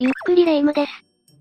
ゆっくりレ夢ムです。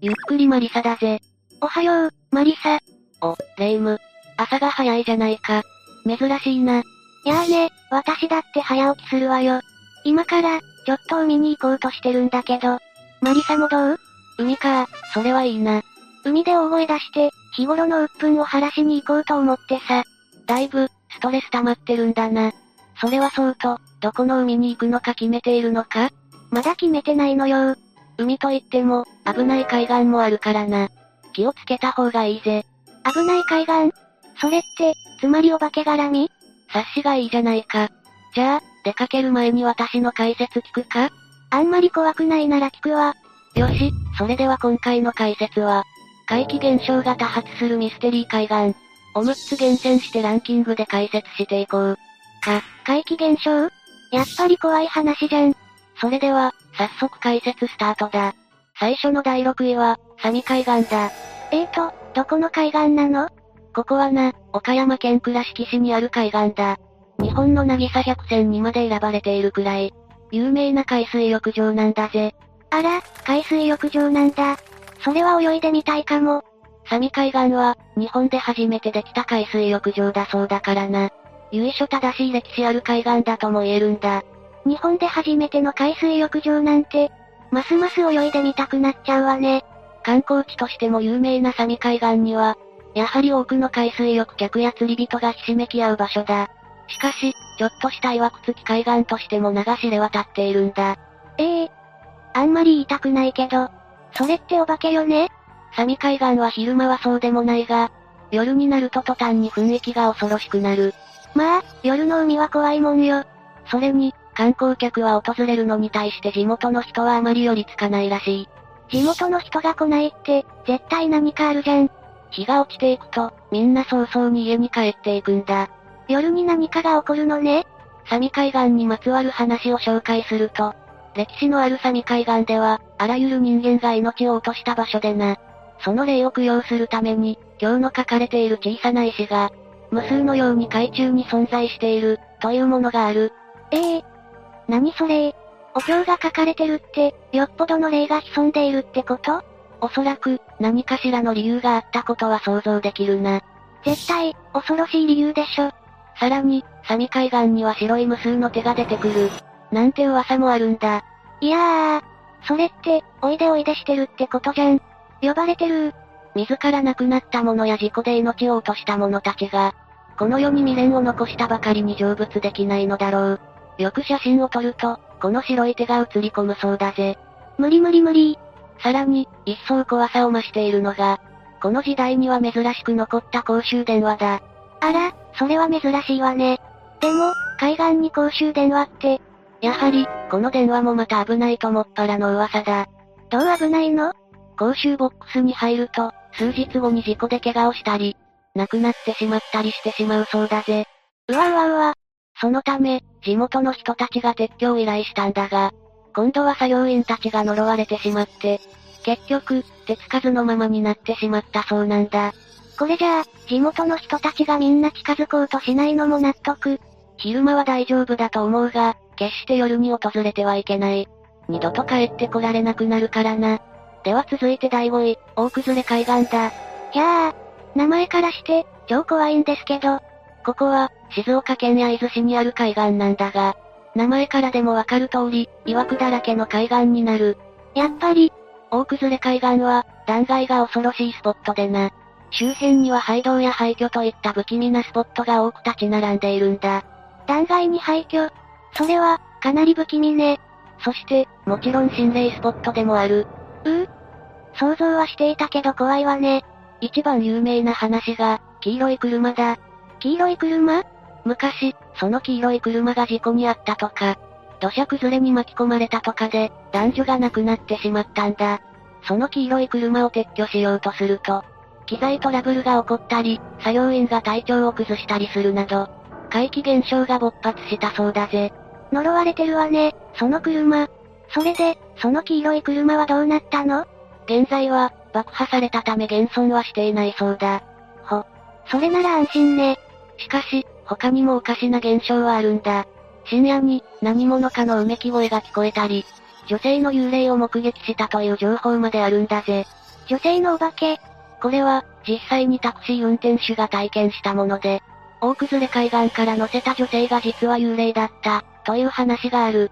ゆっくりマリサだぜ。おはよう、マリサ。お、レ夢ム。朝が早いじゃないか。珍しいな。やーね、私だって早起きするわよ。今から、ちょっと海に行こうとしてるんだけど。マリサもどう海か、それはいいな。海で大声出して、日頃の鬱憤を晴らしに行こうと思ってさ。だいぶ、ストレス溜まってるんだな。それはそうと、どこの海に行くのか決めているのかまだ決めてないのよ。海といっても、危ない海岸もあるからな。気をつけた方がいいぜ。危ない海岸。それって、つまりお化け絡み察しがいいじゃないか。じゃあ、出かける前に私の解説聞くかあんまり怖くないなら聞くわ。よし、それでは今回の解説は、怪奇現象が多発するミステリー海岸、を6つ厳選してランキングで解説していこう。怪奇現象やっぱり怖い話じゃん。それでは、早速解説スタートだ。最初の第6位は、サミ海岸だ。えーと、どこの海岸なのここはな、岡山県倉敷市にある海岸だ。日本の渚百選にまで選ばれているくらい、有名な海水浴場なんだぜ。あら、海水浴場なんだ。それは泳いでみたいかも。サミ海岸は、日本で初めてできた海水浴場だそうだからな。由緒正しい歴史ある海岸だとも言えるんだ。日本で初めての海水浴場なんて、ますます泳いでみたくなっちゃうわね。観光地としても有名なサミ海岸には、やはり多くの海水浴客や釣り人がひしめき合う場所だ。しかし、ちょっとした曰くつき海岸としても流しで渡っているんだ。ええあんまり言いたくないけど、それってお化けよねサミ海岸は昼間はそうでもないが、夜になると途端に雰囲気が恐ろしくなる。まあ、夜の海は怖いもんよ。それに、観光客は訪れるのに対して地元の人はあまり寄りつかないらしい。地元の人が来ないって、絶対何かあるじゃん。日が落ちていくと、みんな早々に家に帰っていくんだ。夜に何かが起こるのね。サミ海岸にまつわる話を紹介すると、歴史のあるサミ海岸では、あらゆる人間が命を落とした場所でな。その霊を供養するために、今日の書かれている小さな石が、無数のように海中に存在している、というものがある。ええ何それお経が書かれてるって、よっぽどの霊が潜んでいるってことおそらく、何かしらの理由があったことは想像できるな。絶対、恐ろしい理由でしょ。さらに、サミ海岸には白い無数の手が出てくる。なんて噂もあるんだ。いやー、それって、おいでおいでしてるってことじゃん。呼ばれてる自ら亡くなった者や事故で命を落とした者たちが、この世に未練を残したばかりに成仏できないのだろう。よく写真を撮ると、この白い手が映り込むそうだぜ。無理無理無理。さらに、一層怖さを増しているのが、この時代には珍しく残った公衆電話だ。あら、それは珍しいわね。でも、海岸に公衆電話って、やはり、この電話もまた危ないともっぱらの噂だ。どう危ないの公衆ボックスに入ると、数日後に事故で怪我をしたり、亡くなってしまったりしてしまうそうだぜ。うわうわうわ、そのため、地元の人たちが撤去を依頼したんだが、今度は作業員たちが呪われてしまって、結局、手つかずのままになってしまったそうなんだ。これじゃあ、地元の人たちがみんな近づこうとしないのも納得。昼間は大丈夫だと思うが、決して夜に訪れてはいけない。二度と帰ってこられなくなるからな。では続いて第5位、大崩れ海岸だ。いやー、名前からして、超怖いんですけど、ここは、静岡県焼津市にある海岸なんだが、名前からでもわかる通り、曰くだらけの海岸になる。やっぱり、大崩れ海岸は、断崖が恐ろしいスポットでな。周辺には廃道や廃墟といった不気味なスポットが多く立ち並んでいるんだ。断崖に廃墟。それは、かなり不気味ね。そして、もちろん心霊スポットでもある。想像はしていたけど怖いわね。一番有名な話が、黄色い車だ。黄色い車昔、その黄色い車が事故にあったとか、土砂崩れに巻き込まれたとかで、男女が亡くなってしまったんだ。その黄色い車を撤去しようとすると、機材トラブルが起こったり、作業員が体調を崩したりするなど、怪奇現象が勃発したそうだぜ。呪われてるわね、その車。それで、その黄色い車はどうなったの現在は、爆破されたため現存はしていないそうだ。それなら安心ね。しかし、他にもおかしな現象はあるんだ。深夜に、何者かのうめき声が聞こえたり、女性の幽霊を目撃したという情報まであるんだぜ。女性のお化け、これは、実際にタクシー運転手が体験したもので、大崩れ海岸から乗せた女性が実は幽霊だった、という話がある。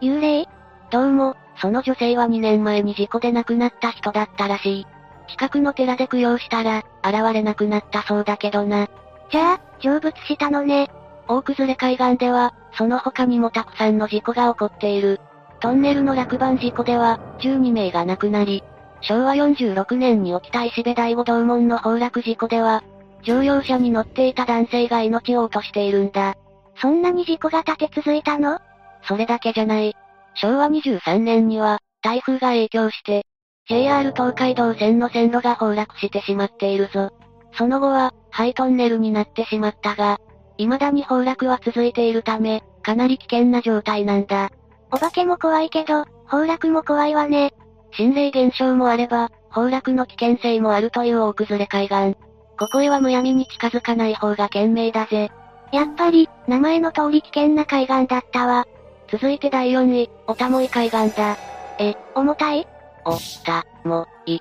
幽霊どうも、その女性は2年前に事故で亡くなった人だったらしい。近くの寺で供養したら、現れなくなったそうだけどな。じゃあ、成仏したのね。大崩れ海岸では、その他にもたくさんの事故が起こっている。トンネルの落盤事故では、12名が亡くなり、昭和46年に起きた石部第五道門の崩落事故では、乗用車に乗っていた男性が命を落としているんだ。そんなに事故が立て続いたのそれだけじゃない。昭和23年には、台風が影響して、JR 東海道線の線路が崩落してしまっているぞ。その後は、廃トンネルになってしまったが、未だに崩落は続いているため、かなり危険な状態なんだ。お化けも怖いけど、崩落も怖いわね。心霊現象もあれば、崩落の危険性もあるという大崩れ海岸。ここへはむやみに近づかない方が賢明だぜ。やっぱり、名前の通り危険な海岸だったわ。続いて第4位、おたもい海岸だ。重たいお、た、も、い。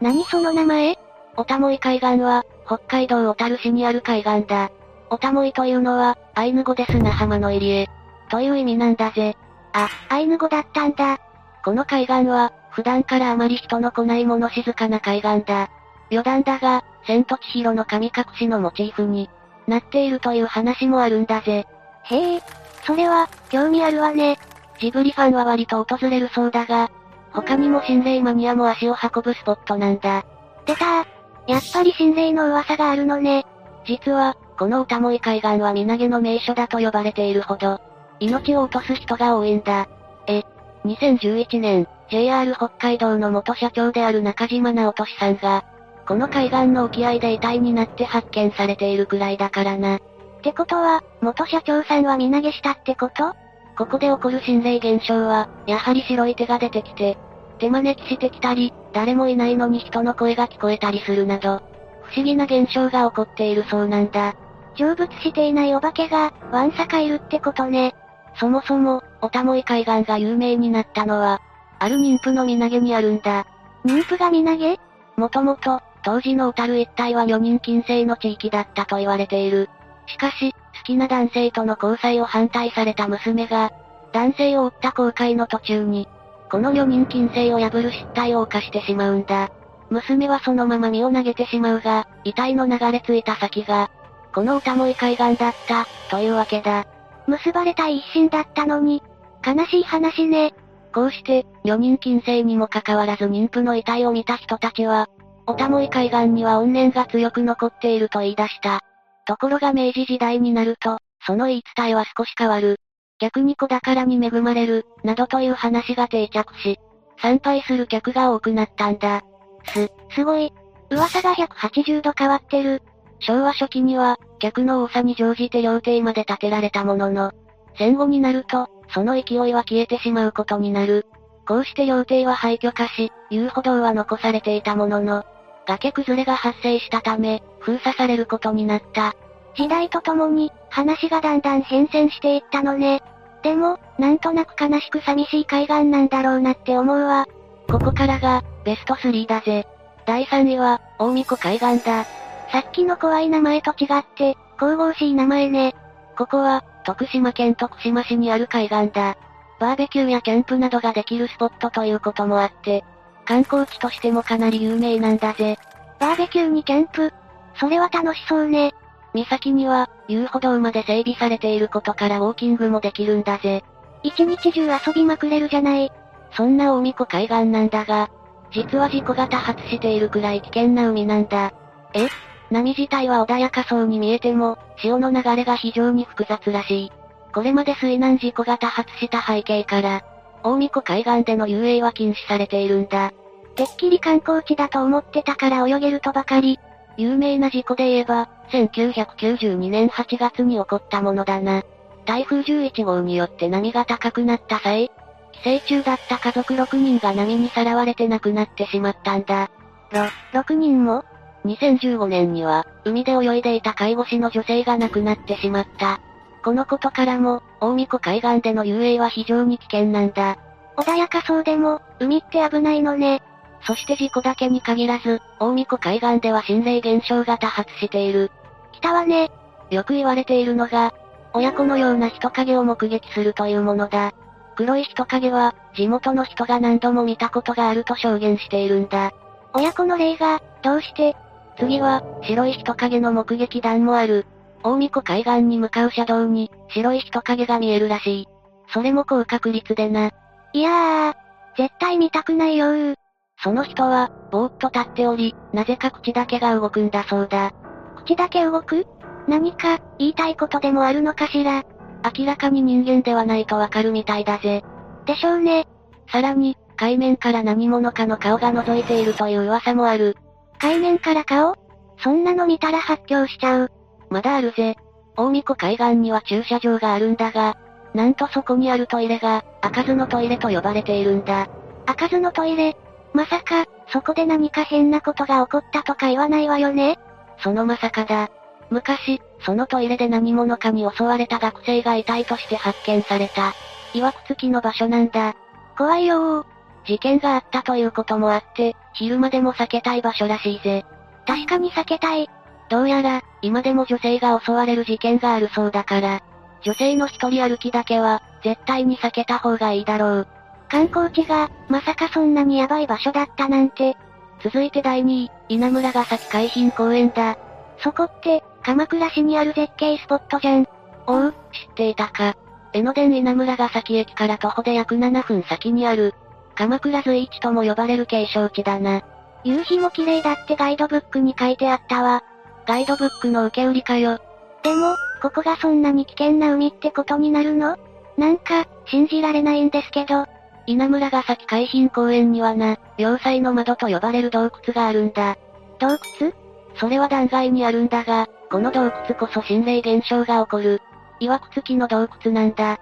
何その名前おたもい海岸は、北海道小樽市にある海岸だ。おたもいというのは、アイヌ語で砂浜の入り江。という意味なんだぜ。アイヌ語だったんだ。この海岸は、普段からあまり人の来ないもの静かな海岸だ。余談だが、千と千尋の神隠しのモチーフになっているという話もあるんだぜ。へえ。それは、興味あるわね。ジブリファンは割と訪れるそうだが、他にも心霊マニアも足を運ぶスポットなんだ。出たー。やっぱり心霊の噂があるのね。実は、このオタモイ海岸は身投げの名所だと呼ばれているほど、命を落とす人が多いんだ。え、2011年、JR 北海道の元社長である中島直俊さんが、この海岸の沖合で遺体になって発見されているくらいだからな。ってことは、元社長さんは身投げしたってことここで起こる心霊現象は、やはり白い手が出てきて、手招きしてきたり、誰もいないのに人の声が聞こえたりするなど、不思議な現象が起こっているそうなんだ。成仏していないお化けが、わんさかいるってことね。そもそも、オタモイ海岸が有名になったのは、ある妊婦の身投げにあるんだ。妊婦が身投げもともと、当時の小樽一帯は女人禁制の地域だったと言われている。しかし、好きな男性との交際を反対された娘が、男性を追った航海の途中に、この女人禁制を破る失態を犯してしまうんだ。娘はそのまま身を投げてしまうが、遺体の流れ着いた先が、このオタモイ海岸だった、というわけだ。結ばれたい一心だったのに。悲しい話ね。こうして、女人禁制にもかかわらず妊婦の遺体を見た人たちは、オタモイ海岸には怨念が強く残っていると言い出した。ところが明治時代になると、その言い伝えは少し変わる。逆に子宝に恵まれる、などという話が定着し、参拝する客が多くなったんだ。すごい。噂が180度変わってる。昭和初期には、客の多さに乗じて料亭まで建てられたものの、戦後になると、その勢いは消えてしまうことになる。こうして料亭は廃墟化し、遊歩道は残されていたものの、崖崩れが発生したため、封鎖されることになった。時代とともに、話がだんだん変遷していったのね。でも、なんとなく悲しく寂しい海岸なんだろうなって思うわ。ここからが、ベスト3だぜ。第3位は、大巫女海岸だ。さっきの怖い名前と違って、神々しい名前ね。ここは、徳島県徳島市にある海岸だ。バーベキューやキャンプなどができるスポットということもあって、観光地としてもかなり有名なんだぜ。バーベキューにキャンプ。それは楽しそうね。岬には、遊歩道まで整備されていることからウォーキングもできるんだぜ。一日中遊びまくれるじゃない。そんな大巫女海岸なんだが、実は事故が多発しているくらい危険な海なんだ。え波自体は穏やかそうに見えても、潮の流れが非常に複雑らしい。これまで水難事故が多発した背景から、大巫女海岸での遊泳は禁止されているんだ。てっきり観光地だと思ってたから泳げるとばかり。有名な事故で言えば、1992年8月に起こったものだな。台風11号によって波が高くなった際、寄生虫だった家族6人が波にさらわれて亡くなってしまったんだ。 6人も2015年には、海で泳いでいた介護士の女性が亡くなってしまった。このことからも、大巫湖海岸での遊泳は非常に危険なんだ。穏やかそうでも、海って危ないのね。そして事故だけに限らず、大巫湖海岸では心霊現象が多発している。来たわね。よく言われているのが、親子のような人影を目撃するというものだ。黒い人影は、地元の人が何度も見たことがあると証言しているんだ。親子の霊が、どうして、次は、白い人影の目撃談もある。大巫湖海岸に向かう車道に、白い人影が見えるらしい。それも高確率でな。いやー、絶対見たくないよー。その人は、ぼーっと立っており、なぜか口だけが動くんだそうだ。口だけ動く何か、言いたいことでもあるのかしら。明らかに人間ではないとわかるみたいだぜ。でしょうね。さらに、海面から何者かの顔が覗いているという噂もある。海面から顔そんなの見たら発狂しちゃう。まだあるぜ。大巫湖海岸には駐車場があるんだが、なんとそこにあるトイレが、開かずのトイレと呼ばれているんだ。開かずのトイレ。まさか、そこで何か変なことが起こったとか言わないわよねそのまさかだ。昔、そのトイレで何者かに襲われた学生が遺体として発見された。曰く付きの場所なんだ。怖いよー。事件があったということもあって、昼間でも避けたい場所らしいぜ。確かに避けたい。どうやら、今でも女性が襲われる事件があるそうだから、女性の一人歩きだけは、絶対に避けた方がいいだろう。観光地が、まさかそんなにヤバい場所だったなんて、続いて第2位、稲村ヶ崎海浜公園だ。そこって、鎌倉市にある絶景スポットじゃん。おう、知っていたか。江ノ電稲村ヶ崎駅から徒歩で約7分先にある、鎌倉随一とも呼ばれる景勝地だな。夕日も綺麗だってガイドブックに書いてあったわ。ガイドブックの受け売りかよ。でも、ここがそんなに危険な海ってことになるのなんか、信じられないんですけど、稲村ヶ崎海浜公園にはな、要塞の窓と呼ばれる洞窟があるんだ。洞窟それは断崖にあるんだが、この洞窟こそ心霊現象が起こる。曰く付きの洞窟なんだ。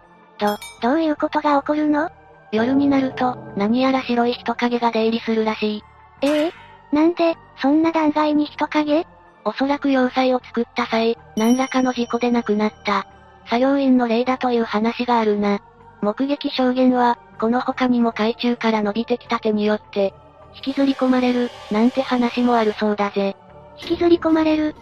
どういうことが起こるの夜になると、何やら白い人影が出入りするらしい。ええなんで、そんな断崖に人影おそらく要塞を作った際、何らかの事故で亡くなった。作業員の霊だという話があるな。目撃証言は、この他にも海中から伸びてきた手によって、引きずり込まれる、なんて話もあるそうだぜ。引きずり込まれる。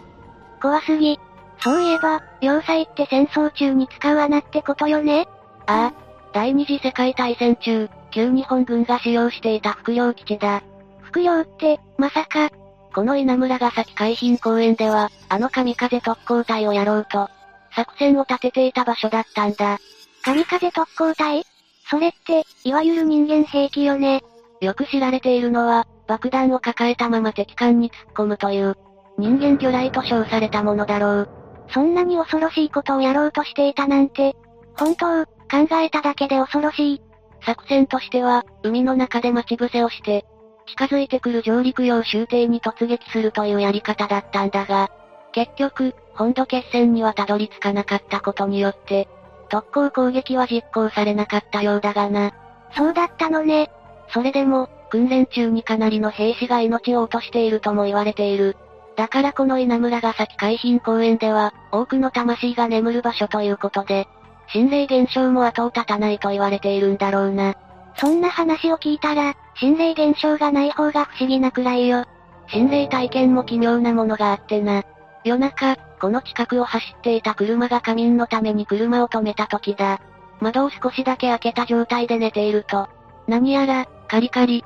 怖すぎ。そういえば、要塞って戦争中に使う穴ってことよねああ、第二次世界大戦中、旧日本軍が使用していた副領基地だ。服用って、まさか、この稲村ヶ崎海浜公園では、あの神風特攻隊をやろうと、作戦を立てていた場所だったんだ。神風特攻隊それって、いわゆる人間兵器よね。よく知られているのは、爆弾を抱えたまま敵艦に突っ込むという、人間魚雷と称されたものだろう。そんなに恐ろしいことをやろうとしていたなんて、本当、考えただけで恐ろしい。作戦としては、海の中で待ち伏せをして、近づいてくる上陸用終艇に突撃するというやり方だったんだが、結局、本土決戦にはたどり着かなかったことによって、特攻攻撃は実行されなかったようだがな。そうだったのね。それでも、訓練中にかなりの兵士が命を落としているとも言われている。だからこの稲村ヶ崎海浜公園では、多くの魂が眠る場所ということで、心霊現象も後を絶たないと言われているんだろうな。そんな話を聞いたら、心霊現象がない方が不思議なくらいよ。心霊体験も奇妙なものがあってな。夜中、この近くを走っていた車が仮眠のために車を止めた時だ。窓を少しだけ開けた状態で寝ていると、何やら、カリカリ、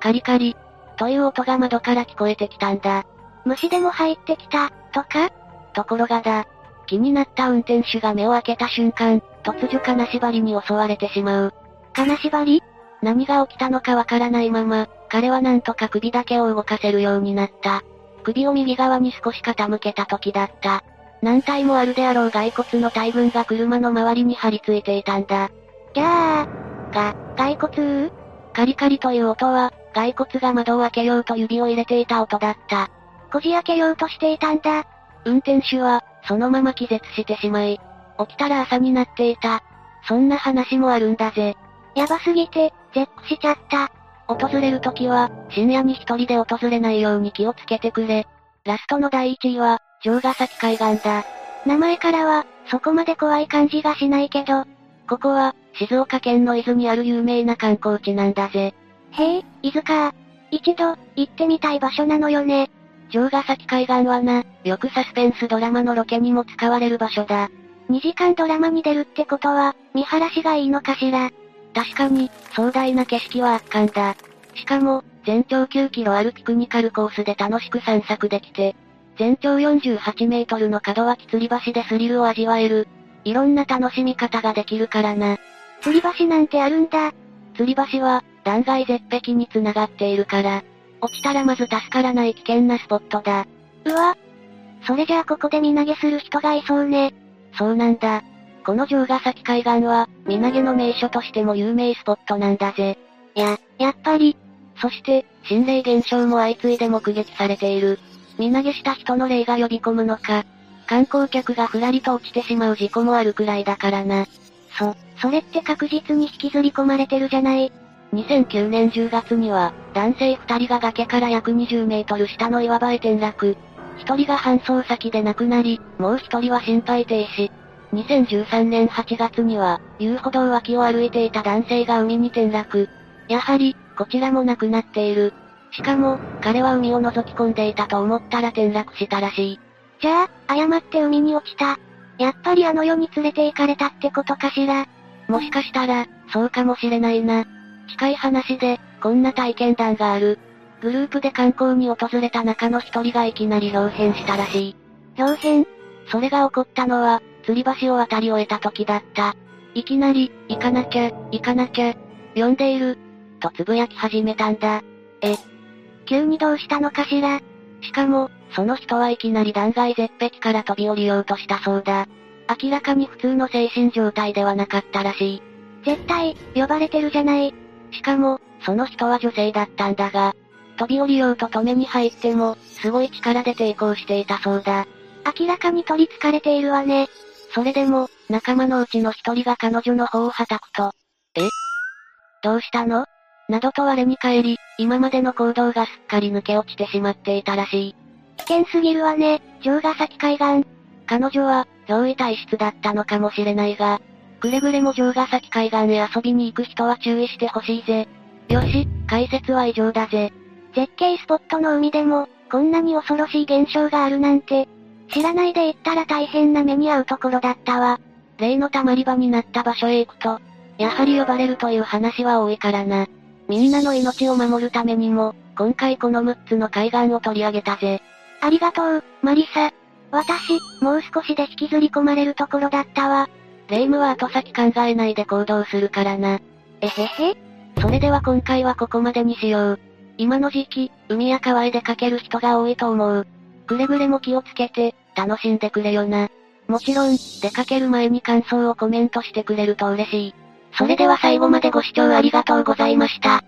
カリカリ、という音が窓から聞こえてきたんだ。虫でも入ってきた、とかところがだ、気になった運転手が目を開けた瞬間、突如金縛りに襲われてしまう。金縛り何が起きたのかわからないまま、彼はなんとか首だけを動かせるようになった。首を右側に少し傾けた時だった。何体もあるであろう骸骨の大群が車の周りに張り付いていたんだ。ギャー。が、骸骨うカリカリという音は、骸骨が窓を開けようと指を入れていた音だった。こじ開けようとしていたんだ。運転手は、そのまま気絶してしまい、起きたら朝になっていた。そんな話もあるんだぜ。やばすぎて、絶句しちゃった。訪れる時は、深夜に一人で訪れないように気をつけてくれ。ラストの第1位は、城ヶ崎海岸だ。名前からは、そこまで怖い感じがしないけど。ここは、静岡県の伊豆にある有名な観光地なんだぜ。へえ、伊豆か。一度、行ってみたい場所なのよね。城ヶ崎海岸はな、よくサスペンスドラマのロケにも使われる場所だ。 2時間ドラマに出るってことは、見晴らしがいいのかしら。確かに、壮大な景色は圧巻だ。しかも、全長9キロあるピクニカルコースで楽しく散策できて、全長48メートルの角脇吊り橋でスリルを味わえる。いろんな楽しみ方ができるからな。吊り橋なんてあるんだ。吊り橋は、断崖絶壁に繋がっているから、落ちたらまず助からない危険なスポットだ。うわ。それじゃあここで身投げする人がいそうね。そうなんだ。この城ヶ崎海岸は、身投げの名所としても有名スポットなんだぜ。や、やっぱり。そして、心霊現象も相次いで目撃されている。身投げした人の霊が呼び込むのか、観光客がふらりと落ちてしまう事故もあるくらいだからな。そ、それって確実に引きずり込まれてるじゃない。 2009年10月には、男性2人が崖から約20メートル下の岩場へ転落。1人が搬送先で亡くなり、もう1人は心肺停止。2013年8月には、遊歩道脇を歩いていた男性が海に転落。やはり、こちらも亡くなっている。しかも、彼は海を覗き込んでいたと思ったら転落したらしい。じゃあ、誤って海に落ちた。やっぱりあの世に連れて行かれたってことかしら。もしかしたら、そうかもしれないな。近い話で、こんな体験談がある。グループで観光に訪れた中の一人がいきなり表変したらしい。表変それが起こったのは、吊り橋を渡り終えた時だった。いきなり、行かなきゃ、行かなきゃ、呼んでいる、とつぶやき始めたんだ。え、急にどうしたのかしら。しかも、その人はいきなり断崖絶壁から飛び降りようとしたそうだ。明らかに普通の精神状態ではなかったらしい。絶対、呼ばれてるじゃない。しかも、その人は女性だったんだが、飛び降りようと止めに入っても、すごい力で抵抗していたそうだ。明らかに取り憑かれているわね。それでも、仲間のうちの一人が彼女の方を叩くと、えどうしたのなどと我に返り、今までの行動がすっかり抜け落ちてしまっていたらしい。危険すぎるわね、城ヶ崎海岸。彼女は、憑依体質だったのかもしれないが、くれぐれも城ヶ崎海岸へ遊びに行く人は注意してほしいぜ。よし、解説は以上だぜ。絶景スポットの海でも、こんなに恐ろしい現象があるなんて、知らないで行ったら大変な目に遭うところだったわ。例の溜まり場になった場所へ行くと、やはり呼ばれるという話は多いからな。みんなの命を守るためにも、今回この6つの海岸を取り上げたぜ。ありがとう、マリサ。私、もう少しで引きずり込まれるところだったわ。霊イムは後先考えないで行動するからな。えへへ。それでは今回はここまでにしよう。今の時期、海や川へ出かける人が多いと思う。くれぐれも気をつけて、楽しんでくれよな。もちろん、出かける前に感想をコメントしてくれると嬉しい。それでは最後までご視聴ありがとうございました。